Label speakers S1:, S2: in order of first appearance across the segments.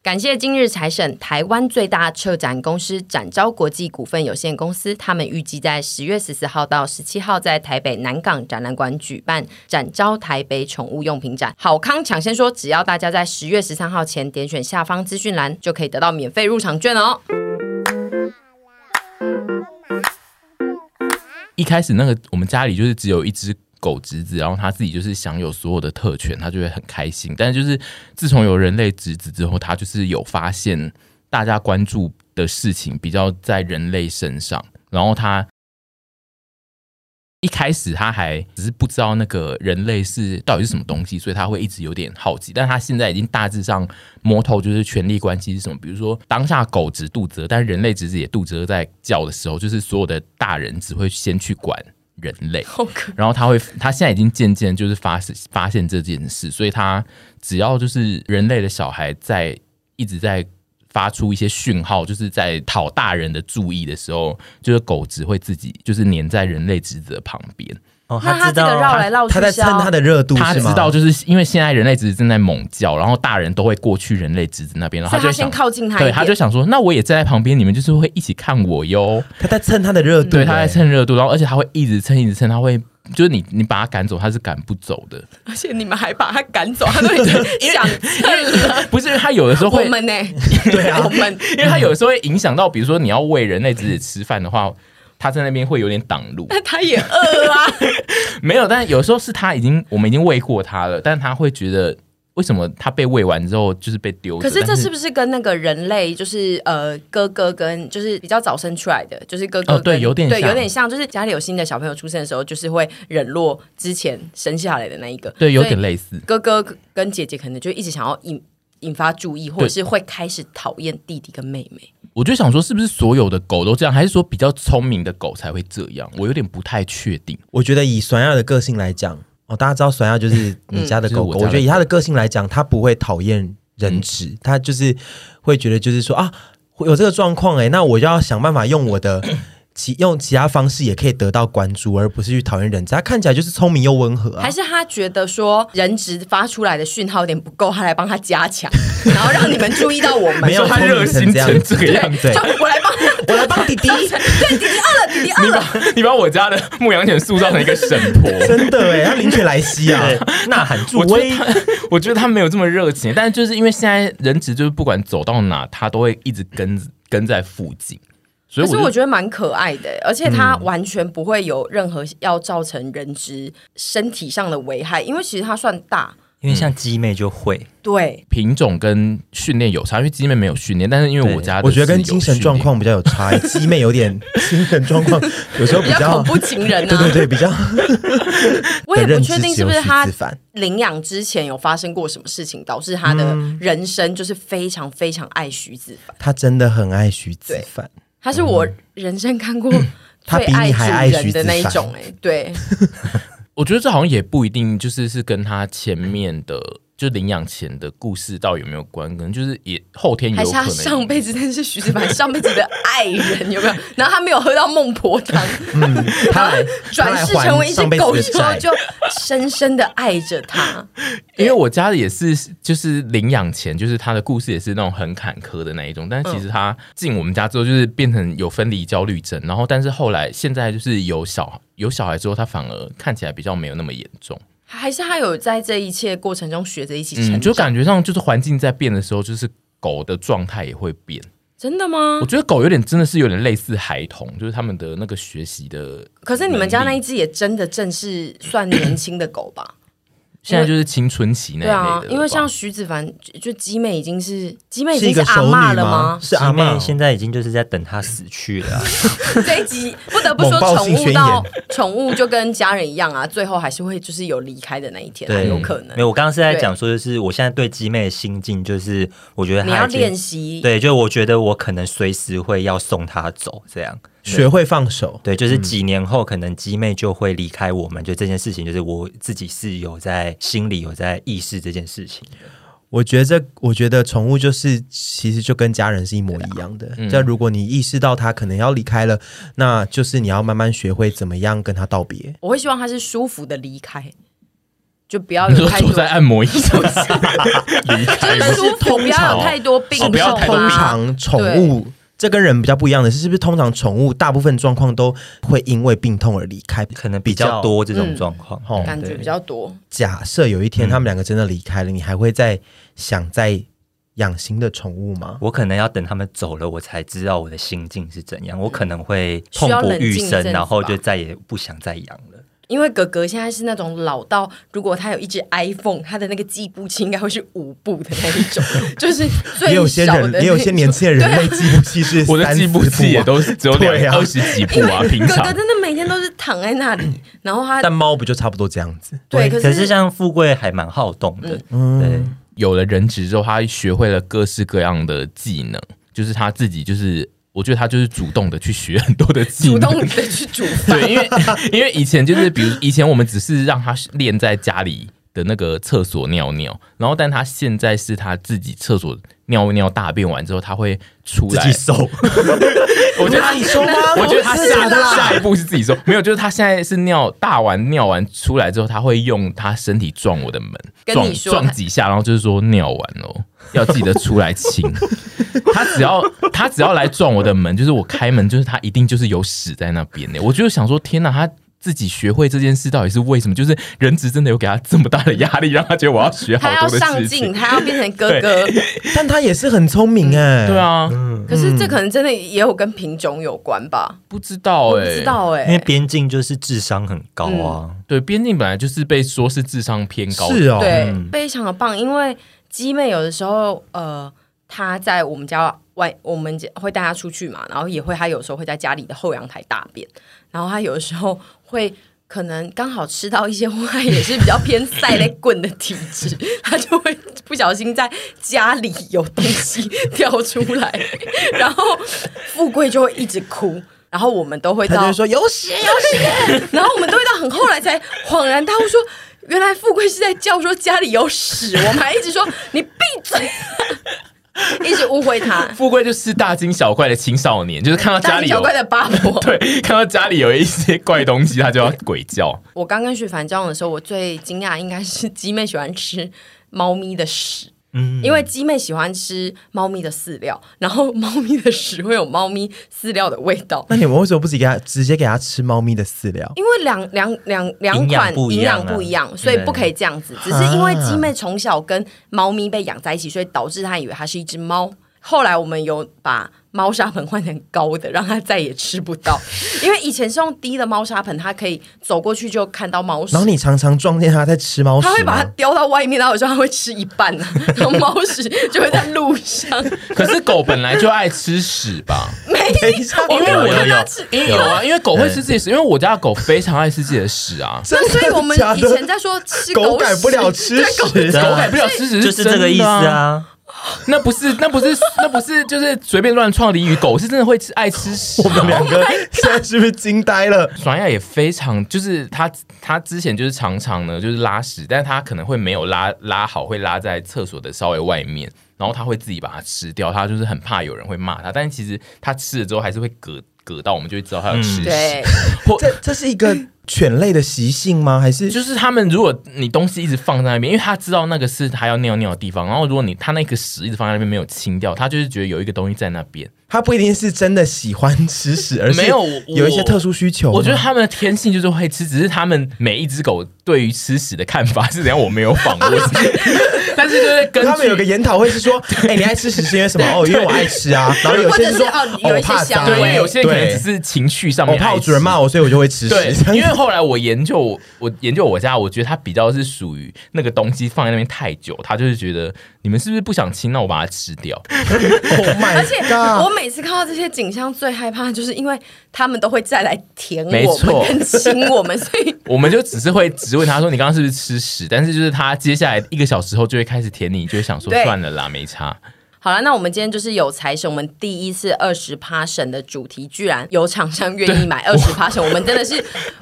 S1: 感谢今日财审台湾最大车展公司展昭国际股份有限公司，他们预计在十月十四号到十七号在台北南港展览馆举办展昭台北宠物用品展。好康抢先说，只要大家在十月十三号前点选下方资讯栏，就可以得到免费入场券哦。
S2: 一开始那个我们家里就是只有一只狗侄子，然后他自己就是享有所有的特权，他就会很开心。但是就是自从有人类侄子之后，他就是有发现大家关注的事情比较在人类身上，然后他。一开始他还只是不知道那个人类是到底是什么东西，所以他会一直有点好奇。但他现在已经大致上摸透，就是权力关系是什么。比如说，当下狗只肚子饿，但人类只是也肚子饿在叫的时候，就是所有的大人只会先去管人类。
S1: 好可
S2: 然后他会，他现在已经渐渐就是发发现这件事，所以他只要就是人类的小孩在一直在发出一些讯号，就是在讨大人的注意的时候，就是狗只会自己就是黏在人类侄子的旁边。
S3: 哦，
S1: 那他
S3: 知道
S1: 这个绕来绕去
S3: 他在
S1: 是
S3: 蹭
S1: 要
S3: 他的热度，
S2: 他
S3: 是
S2: 知
S3: 吗
S2: 道，就是因为现在人类侄子正在猛叫，然后大人都会过去人类侄子那边，然后
S1: 所以
S2: 他就
S1: 他
S2: 会想
S1: 先，靠近他一
S2: 对，
S1: 点，
S2: 他就想说，那我也站在旁边，你们就是会一起看我哟。
S3: 他在蹭他的热度，欸
S2: 对，他在蹭热度，然后而且他会一直蹭，一直蹭，他会就是你你把他赶走，他是赶不走的。
S1: 而且你们还把他赶走，他都 已经想蹭了。
S2: 不是他有的时候
S1: 我
S2: 会，
S1: 们呢、
S3: 对啊
S1: 我们
S2: 因为他有的时候会影响到，比如说你要喂人类自己吃饭的话，他在那边会有点挡路。
S1: 那他也饿啊，
S2: 没有，但有时候是他已经我们已经喂过他了，但他会觉得为什么他被喂完之后就是被丢着？
S1: 可是这
S2: 但
S1: 是不是跟那个人类就是呃哥哥跟就是比较早生出来的，就是哥哥
S2: 哦
S1: 跟、
S2: 对有点
S1: 对
S2: 像
S1: 有点像，就是家里有新的小朋友出生的时候，就是会冷落之前生下来的那一个，
S2: 对有点
S1: 所以
S2: 类似？
S1: 哥哥跟姐姐可能就一直想要引引发注意，或者是会开始讨厌弟弟跟妹妹。
S2: 我就想说，是不是所有的狗都这样，还是说比较聪明的狗才会这样？我有点不太确定。
S3: 我觉得以酸亚的个性来讲，哦，大家知道酸亚就是你家的狗
S2: 嗯
S3: 狗，
S2: 就是我家的嗯
S3: 我觉得以他的个性来讲，他不会讨厌人质，他就是会觉得就是说啊，会有这个状况哎，那我就要想办法用 我的。其用其他方式也可以得到关注，而不是去讨厌人质。他看起来就是聪明又温和啊
S1: 还，是他觉得说人质发出来的讯号有点不够，他来帮他加强， 然后让你们注意到我们。
S3: 没有
S2: 说他
S3: 聪
S2: 热
S3: 明
S2: 心
S3: 成这样
S2: 成这个 样子，
S3: 对
S1: 就，我来帮他，
S3: 我来帮弟弟，
S2: 你把你把我家的牧羊犬塑造成一个神婆，
S3: 真的哎，他灵犬莱西啊，呐喊助
S2: 我觉得
S3: 威，
S2: 他，我觉得他没有这么热情，但是就是因为现在人质就是不管走到哪，他都会一直跟跟在附近，所以
S1: 可是
S2: 我
S1: 我
S2: 就
S1: 觉得蛮可爱的，而且它
S3: 嗯
S1: 完全不会有任何要造成人质身体上的危害，因为其实它算大，
S4: 因
S1: 嗯
S4: 为像鸡妹就会，
S1: 对，
S2: 品种跟训练有差，因为鸡妹没有训练，但是因为我家的
S3: 我觉得跟
S2: 是有
S3: 精神
S2: 训练
S3: 状况比较有差 异，鸡妹有点精神状况，有时候
S1: 比
S3: 比
S1: 较
S3: 较
S1: 恐，怖情人
S3: 对对
S1: 啊。
S3: 对，比较。
S1: 我也不确定是不是
S3: 的认知只有徐
S1: 他
S3: 子凡
S1: 领养之前有发生过什么事情，导致他的
S3: 嗯
S1: 人生就是非常非常爱徐子凡。
S3: 他真的很爱徐子 凡，
S1: 他是我人生看过
S3: 嗯 他
S1: 最
S3: 比你
S1: 爱
S3: 还爱
S1: 主
S3: 徐
S1: 人的
S3: 子
S1: 那一
S3: 凡
S1: 种、哎， 对，
S2: 我觉得这好像也不一定，就是是跟他前面的就领养前的故事到底有没有关，可能就是也后天也
S1: 还
S2: 有
S1: 是
S2: 可
S1: 他
S2: 能
S1: 上辈子真的是徐子凡上辈子的爱人有没有？然后他没有喝到孟婆汤，
S3: 他来
S1: 转世成为一只
S3: 他来还上辈
S1: 狗
S3: 子
S1: 之
S3: 的
S1: 后，
S3: 债
S1: 就深深的爱着他。
S2: 因为我家的也是，就是领养前，就是他的故事也是那种很坎坷的那一种。但是其实他进我们家之后，就是变成有分离焦虑症，然后但是后来现在就是有小有小孩之后，他反而看起来比较没有那么严重。
S1: 还是他有在这一切过程中学着一起成
S2: 嗯，
S1: 长，
S2: 就感觉上就是环境在变的时候，就是狗的状态也会变。
S1: 真的吗
S2: 我？觉得狗有点真的是有点类似孩童，就是他们的那个学习的。
S1: 可是你们家那一只也真的正是算年轻的狗吧？
S2: 现在就是青春期那一
S1: 对啊
S2: 类的了吧、，
S1: 因为像徐子凡，就就鸡妹已经是鸡哎妹已
S3: 是一
S1: 经
S3: 个
S1: 阿
S3: 熟
S1: 嬷哦
S3: 女
S1: 了
S3: 吗？？是阿
S4: 鸡妹
S3: 嬷
S4: 现在已经就是在等她死去了啊、
S1: 这一集不得不说
S3: 猛，爆
S1: 宠
S3: 性
S1: 物
S3: 宣
S1: 到
S3: 言
S1: 宠物就跟家人一样啊，最后还是会就是有离开的那一天、啊，
S4: 对
S1: 有可能
S4: 没。有，我刚刚是在讲说，就是我现在对鸡妹的心境，就是我觉得
S1: 你要
S4: 她已经
S1: 练，习，
S4: 对，就我觉得我可能随时会要送她走，这样。
S3: 学会放手，
S4: 对，
S1: 嗯
S4: 就是几年后，可能鸡妹就会离开我们。就这件事情，就是我自己是有在心里有在意识这件事情的。
S3: 我觉得这，我觉得宠物就是其实就跟家人是一模一样的。
S1: 啊嗯
S3: 那、如果你意识到它可能要离开了，那就是你要慢慢学会怎么样跟它道别。
S1: 我会希望它是舒服的离开，就不要
S2: 你
S1: 有
S2: 说
S1: 太
S2: 住
S1: 多，
S2: 在按摩椅上离开吗
S1: 就是舒服，不要有太多病
S2: 哦
S1: 痛
S2: 不要太
S1: 啊
S2: 多
S3: 通常宠物。这跟人比较不一样的是，是不是通常宠物大部分状况都会因为病痛而离开？
S4: 可能比较多这种状况。
S3: 哦
S1: 感觉比较多。
S3: 假设有一
S2: 嗯
S3: 天他们两个真的离开了，你还会再想再养新的宠物吗？
S4: 我可能要等他们走了，我才知道我的心境是怎样。我可能会痛
S1: 需要
S4: 不
S1: 冷静
S4: 欲
S1: 一阵
S4: 生
S1: 子，
S4: 然后
S1: 吧
S4: 就再也不想再养了。
S1: 因为哥哥现在是那种老到，如果他有一只 iPhone，他的那个计步器应该会是五步的那一种，就是最
S3: 也有些
S1: 小的那
S3: 人，
S1: 种。
S3: 也有些年轻的人类记不器是
S2: 我的计步器也都是只有
S3: 对
S2: 两
S3: 啊
S2: 二十几步
S1: 因为
S2: 啊，平
S1: 哥哥
S2: 常
S1: 真的每天都是躺在那里，然后他
S3: 但猫不就差不多这样子？
S1: 对，
S4: 可
S1: 是嗯
S4: 像富贵还蛮好动的，对，
S2: 有了人质之后，他学会了各式各样的技能，就是他自己就是。我觉得他就是主动的去学很多的技
S1: 主
S2: 能，
S1: 动的去煮 饭，
S2: 对，因为因为以前就是，比如以前我们只是让他练在家里的那个厕所尿尿，然后但他现在是他自己厕所尿尿大便完之后，他会出
S3: 自
S2: 来
S3: 己。搜，
S2: 我觉得他你说
S1: 吗
S2: 我觉得他
S1: 是
S2: 下
S1: 假的啦
S2: 下一步是自己说， 没有，就是他现在是尿大完尿完出来之后，他会用他身体撞我的门，
S1: 跟
S2: 撞
S1: 你说
S2: 撞几下，然后就是说尿完哦，要记得出来 清。他只要他只要来撞我的门，就是我开门，就是他一定就是有屎在那边呢。我就想说，天哪，他自己学会这件事到底是为什么？就是人质真的有给他这么大的压力，让他觉得我要学好
S1: 他要
S2: 多的
S1: 上
S2: 事
S1: 进，
S2: 情。
S1: 他要变成哥哥。
S3: 但它也是很聪明哎、
S2: 对，啊，
S1: 可是这可能真的也有跟品种有关吧？
S2: 不知道
S1: 我
S2: 哎、
S1: 不知道哎、
S4: 因为边境就是智商很高啊，
S2: 对，边境本来就是被说是智商偏高的，
S3: 是哦，
S1: 对，非常的棒。因为鸡妹有的时候，呃，她在我们家外，我们家会带她出去嘛，然后也会，她有时候会在家里的后阳台大便，然后她有的时候会。可能刚好吃到一些外也是比较偏塞类棍的体质， 她就会不小心在家里有东西掉出来，然后富贵就会一直哭，然后我们都会
S3: 它就
S1: 到
S3: 会说有啊屎有屎。
S1: 然后我们都会到很后来才恍然大悟说。原来富贵是在叫说家里有屎，我们还一直说你闭嘴， 一直误会他。
S2: 富贵就是大惊小怪的青少年，就是看到
S1: 大
S2: 家
S1: 惊
S2: 里
S1: 小
S2: 有
S1: 怪的八婆。
S2: 对，看到家里有一些怪东西，他就要鬼叫。
S1: 我刚跟徐凡交往的时候，我最惊讶应该是鸡妹喜欢吃猫咪的屎，
S4: 嗯，
S1: 因为鸡妹喜欢吃猫咪的饲料，然后猫咪的屎会有猫咪饲料的味道。
S3: 那你们为什么不直接给它直接给它吃猫咪的饲料？
S1: 因为两两两两
S4: 营养
S1: 款
S4: 不一
S1: 营
S4: 样
S1: 养
S4: 啊
S1: 不一样，所以不可以这样子。只是因为鸡妹从小跟猫咪被养在一起，所以导致她以为它是一只猫。后来我们有把猫砂盆换成高的，让它再也吃不到。因为以前是用低的猫砂盆，它可以走过去就看到猫屎
S3: 然后。你常常撞见它在吃猫
S1: 它会
S3: 屎
S1: 把它
S3: 吗？
S1: 叼到外面，然后有时候它会吃一半 呢、然后猫屎就会在路上。
S2: 可是狗本来就爱吃屎 吧？
S3: 等一下，
S1: 我没
S2: 有
S1: 哎有
S2: 有
S1: 看
S4: 有
S1: 它吃，
S2: 因为有啊，因为狗会吃自己屎，因为我家的狗非常爱吃自己的屎啊。
S1: 那所以我们
S3: 真的假
S1: 以
S3: 的
S1: 前在说吃
S3: 狗
S1: 屎
S3: 改不了吃
S1: 对狗
S3: 屎
S2: 狗
S3: 啊，
S2: 改不了吃
S1: 嗯
S2: 屎，
S4: 就是这个意思
S2: 啊！
S4: 啊。
S2: 那不是，那不是，那不是，就是随便乱创俚语。狗是真的会吃，爱吃屎啊
S3: 我。们两个现在是不是惊呆了？
S2: 爽亚也非常，就是他他之前就是常常呢就是拉屎，但是他可能会没有拉拉好，会拉在厕所的稍微外面，然后他会自己把它吃掉，他就是很怕有人会骂他，但是其实他吃了之后还是会嗝嗝到，我们就会知道他有吃屎。
S1: 对。
S3: 这这是一个犬类的习性吗？还是
S2: 就是他们，如果你东西一直放在那边，因为他知道那个是他要尿尿的地方，然后如果你他那个屎一直放在那边没有清掉，他就是觉得有一个东西在那边。
S3: 它不一定是真的喜欢吃屎，而是
S2: 没有我
S3: 有一些特殊需求吗？
S2: 我觉得他们的天性就是会吃，只是他们每一只狗对于吃屎的看法是怎样，我没有访问。但是就是根据
S3: 他们有个研讨会是说，哎、你爱吃屎是因为什么？哦，因为我爱吃啊。然后有些说，
S1: 或者是哦
S3: 哦，
S1: 有一
S3: 我
S1: 些
S3: 怕
S1: 香味
S3: 脏，
S2: 对，因为有些人可能
S3: 对哦
S2: 只是情绪上
S3: 我
S2: 面
S3: 怕我
S2: 爱
S3: 主人
S2: 吃
S3: 骂我，所以我就会吃
S2: 对
S3: 屎。这，样
S2: 因为后来我研究我研究我家，我觉得它比较是属于那个东西放在那边太久，它就是觉得你们是不是不想亲，那我把它吃掉。
S3: ，Oh
S1: 而且
S3: my
S1: 我
S3: god！
S1: 每次看到这些景象，最害怕的就是因为他们都会再来舔我
S2: 没错
S1: 们、跟亲我们，所以
S2: 我们就只是会直问他说你刚刚是不是吃屎，但是就是他接下来一个小时后就会开始舔你，就会想说
S1: 对
S2: 算了啦，没差。
S1: 好了，那我们今天就是有财神，我们第一次二十趴神的主题，居然有厂商愿意买二十趴神，我们真的是，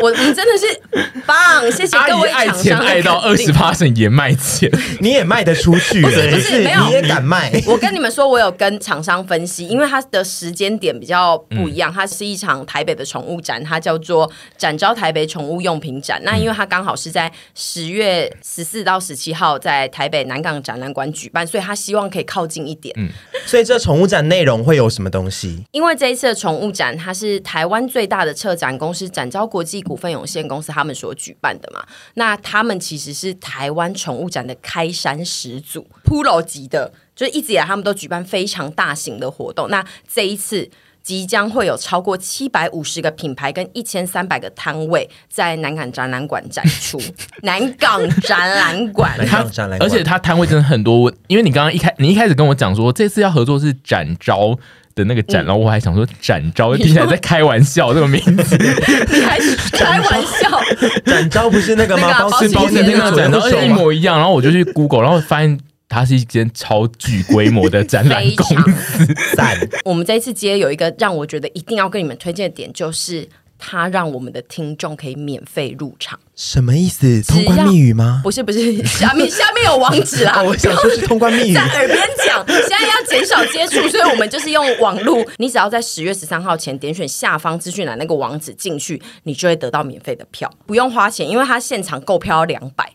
S1: 我我们真的是棒，谢谢
S2: 阿
S1: 各
S2: 姨
S1: 位
S2: 爱
S1: 厂
S2: 钱
S1: 商的
S2: 爱到二
S1: 肯定
S2: 十。八 省也卖钱，
S3: 你也卖得出去，
S1: 不是不
S3: 就是
S1: 没有
S3: 你也敢卖。
S1: 我跟你们说，我有跟厂商分析，因为它的时间点比较不一样，它是一场台北的宠物展，它叫做展昭台北宠物用品展。那因为它刚好是在十月十四到十七号在台北南港展览馆举办，所以他希望可以靠近一点。
S3: 所以这宠物展内容会有什么东西？
S1: 因为这一次的宠物展，它是台湾最大的策展公司展昭国际股份有限公司他们所举办的嘛。那他们其实是台湾宠物展的开山始祖，Polo 级的，就是一直以来他们都举办非常大型的活动。那这一次。即将会有超过七百五十个品牌跟一千三百个摊位在南港展览馆展 出。南港展览馆，
S3: 来
S2: 他
S3: 逛展览
S2: 而
S3: 馆
S2: 且他摊位真的很多。我因为你刚刚一开，你一开始跟我讲说这次要合作是展昭的那个
S1: 嗯
S2: 展，然后我还想说展昭听起来在开玩笑，这个名字
S1: 你还开玩笑？
S3: 展昭不是那个吗？
S1: 那个
S3: 包青
S1: 包
S2: 包
S1: 青天
S2: 成那
S3: 天
S2: 个
S1: 的
S2: 展昭
S3: 左
S2: 而
S3: 右手
S2: 且一
S3: 吗？
S2: 模一样。然后我就去 Google，然后发现它是一间超巨规模的展览
S1: 非
S2: 公
S1: 常
S2: 司。
S3: 散
S1: 我们这一次接有一个让我觉得一定要跟你们推荐的点，就是它让我们的听众可以免费入场。
S3: 什么意思？
S1: 只要
S3: 通关密语吗？
S1: 不是不是， 下面下面有网址啦。
S3: 哦，我想说是通关密语
S1: 在。耳边讲，现在要减少接触，所以我们就是用网路。你只要在十月十三号前点选下方资讯栏那个网址进去，你就会得到免费的票，不用花钱，因为它现场购票要两百，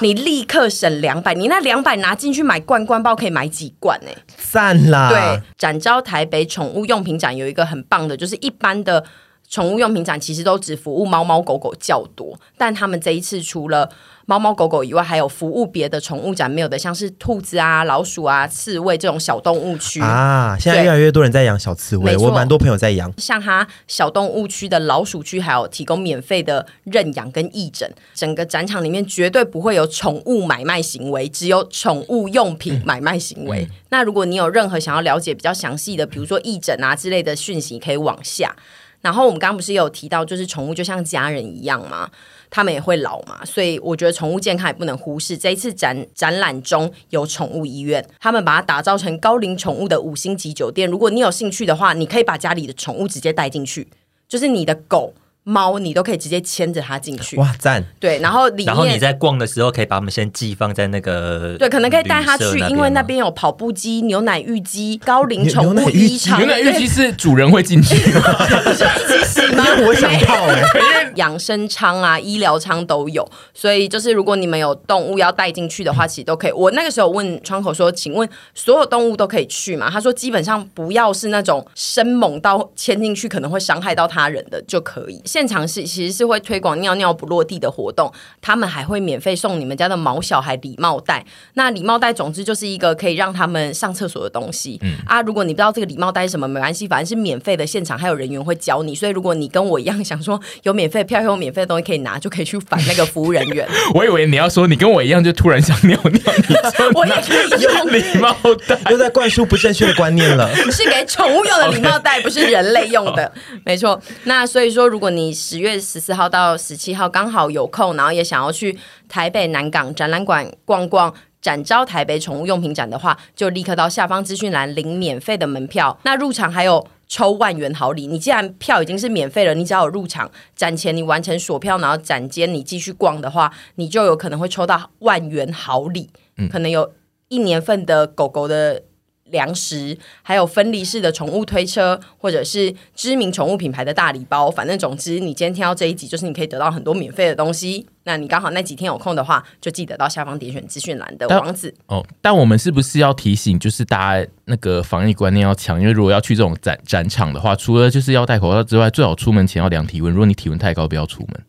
S1: 你立刻省两百，你那两百拿进去买罐罐包可以买几罐欸呢、
S3: 赞啦
S1: 对！，展昭台北宠物用品展有一个很棒的，就是一般的宠物用品展其实都只服务猫猫狗狗较多，但他们这一次除了猫猫狗狗以外，还有服务别的宠物展没有的，像是兔子啊、老鼠啊、刺猬这种小动物区。
S3: 啊，现在越来越多人在养小刺猬，
S1: 没错
S3: 我蛮多朋友在养。
S1: 像它小动物区的老鼠区，还有提供免费的认养跟义诊。整个展场里面绝对不会有宠物买卖行为，只有宠物用品买卖行为。那如果你有任何想要了解比较详细的，比如说义诊啊之类的讯息，可以往下。然后我们刚刚不是也有提到，就是宠物就像家人一样嘛，他们也会老嘛，所以我觉得宠物健康也不能忽视。这一次展展览中有宠物医院，他们把它打造成高龄宠物的五星级酒店。如果你有兴趣的话，你可以把家里的宠物直接带进去，就是你的狗、猫，你都可以直接牵着它进去。
S3: 哇，赞！
S1: 对，然后里
S4: 然后你
S1: 面。
S4: 在逛的时候，可以把它们先寄放在那个
S1: 对，可能可以带它
S4: 旅社啊
S1: 去，
S4: 吗
S1: 因为那边有跑步机、牛奶浴机、高龄
S3: 牛
S1: 宠
S3: 牛
S1: 物
S3: 奶浴
S1: 衣
S3: 机
S1: 场。
S2: 牛奶预期是主人会进 去吗，
S1: 对一起洗吗？
S3: 我想到哎、
S1: 欸养生舱啊、医疗舱都有，所以就是如果你们有动物要带进去的话，其实都可以。我那个时候问窗口说：“请问所有动物都可以去吗？”他说：“基本上不要是那种生猛到牵进去可能会伤害到他人的就可以。”现场是其实是会推广尿尿不落地的活动，他们还会免费送你们家的毛小孩礼帽带。那礼帽带总之就是一个可以让他们上厕所的东西。啊，如果你不知道这个礼帽带是什么，没关系，反正是免费的，现场还有人员会教你。所以如果你跟我一样想说有免费票又有免费的东西可以拿，就可以去烦那个服务人员。
S2: 我以为你要说你跟我一样就突然想尿尿，你
S1: 我也可以
S2: 就
S1: 用，
S2: 礼貌带。
S3: 又在灌输不正确的观念了。
S1: 是给宠物用的礼帽带，不是人类用的。没错。那所以说，如果你十月十四号到十七号刚好有空，然后也想要去台北南港展览馆逛逛。展昭台北宠物用品展的话，就立刻到下方资讯栏领免费的门票。那入场还有抽万元好礼，你既然票已经是免费了，你只要有入场，展前你完成锁票，然后展间你继续逛的话，你就有可能会抽到万元好礼，可能有一年份的狗狗的粮食，还有分离式的宠物推车，或者是知名宠物品牌的大礼包。反正总之，你今天听到这一集，就是你可以得到很多免费的东西。那你刚好那几天有空的话，就记得到下方点选资讯栏的
S2: 但
S1: 网址。
S2: 哦，但我们是不是要提醒，就是大家那个防疫观念要强？因为如果要去这种展展场的话，除了就是要戴口罩之外，最好出门前要量体温。如果你体温太高，不要出门。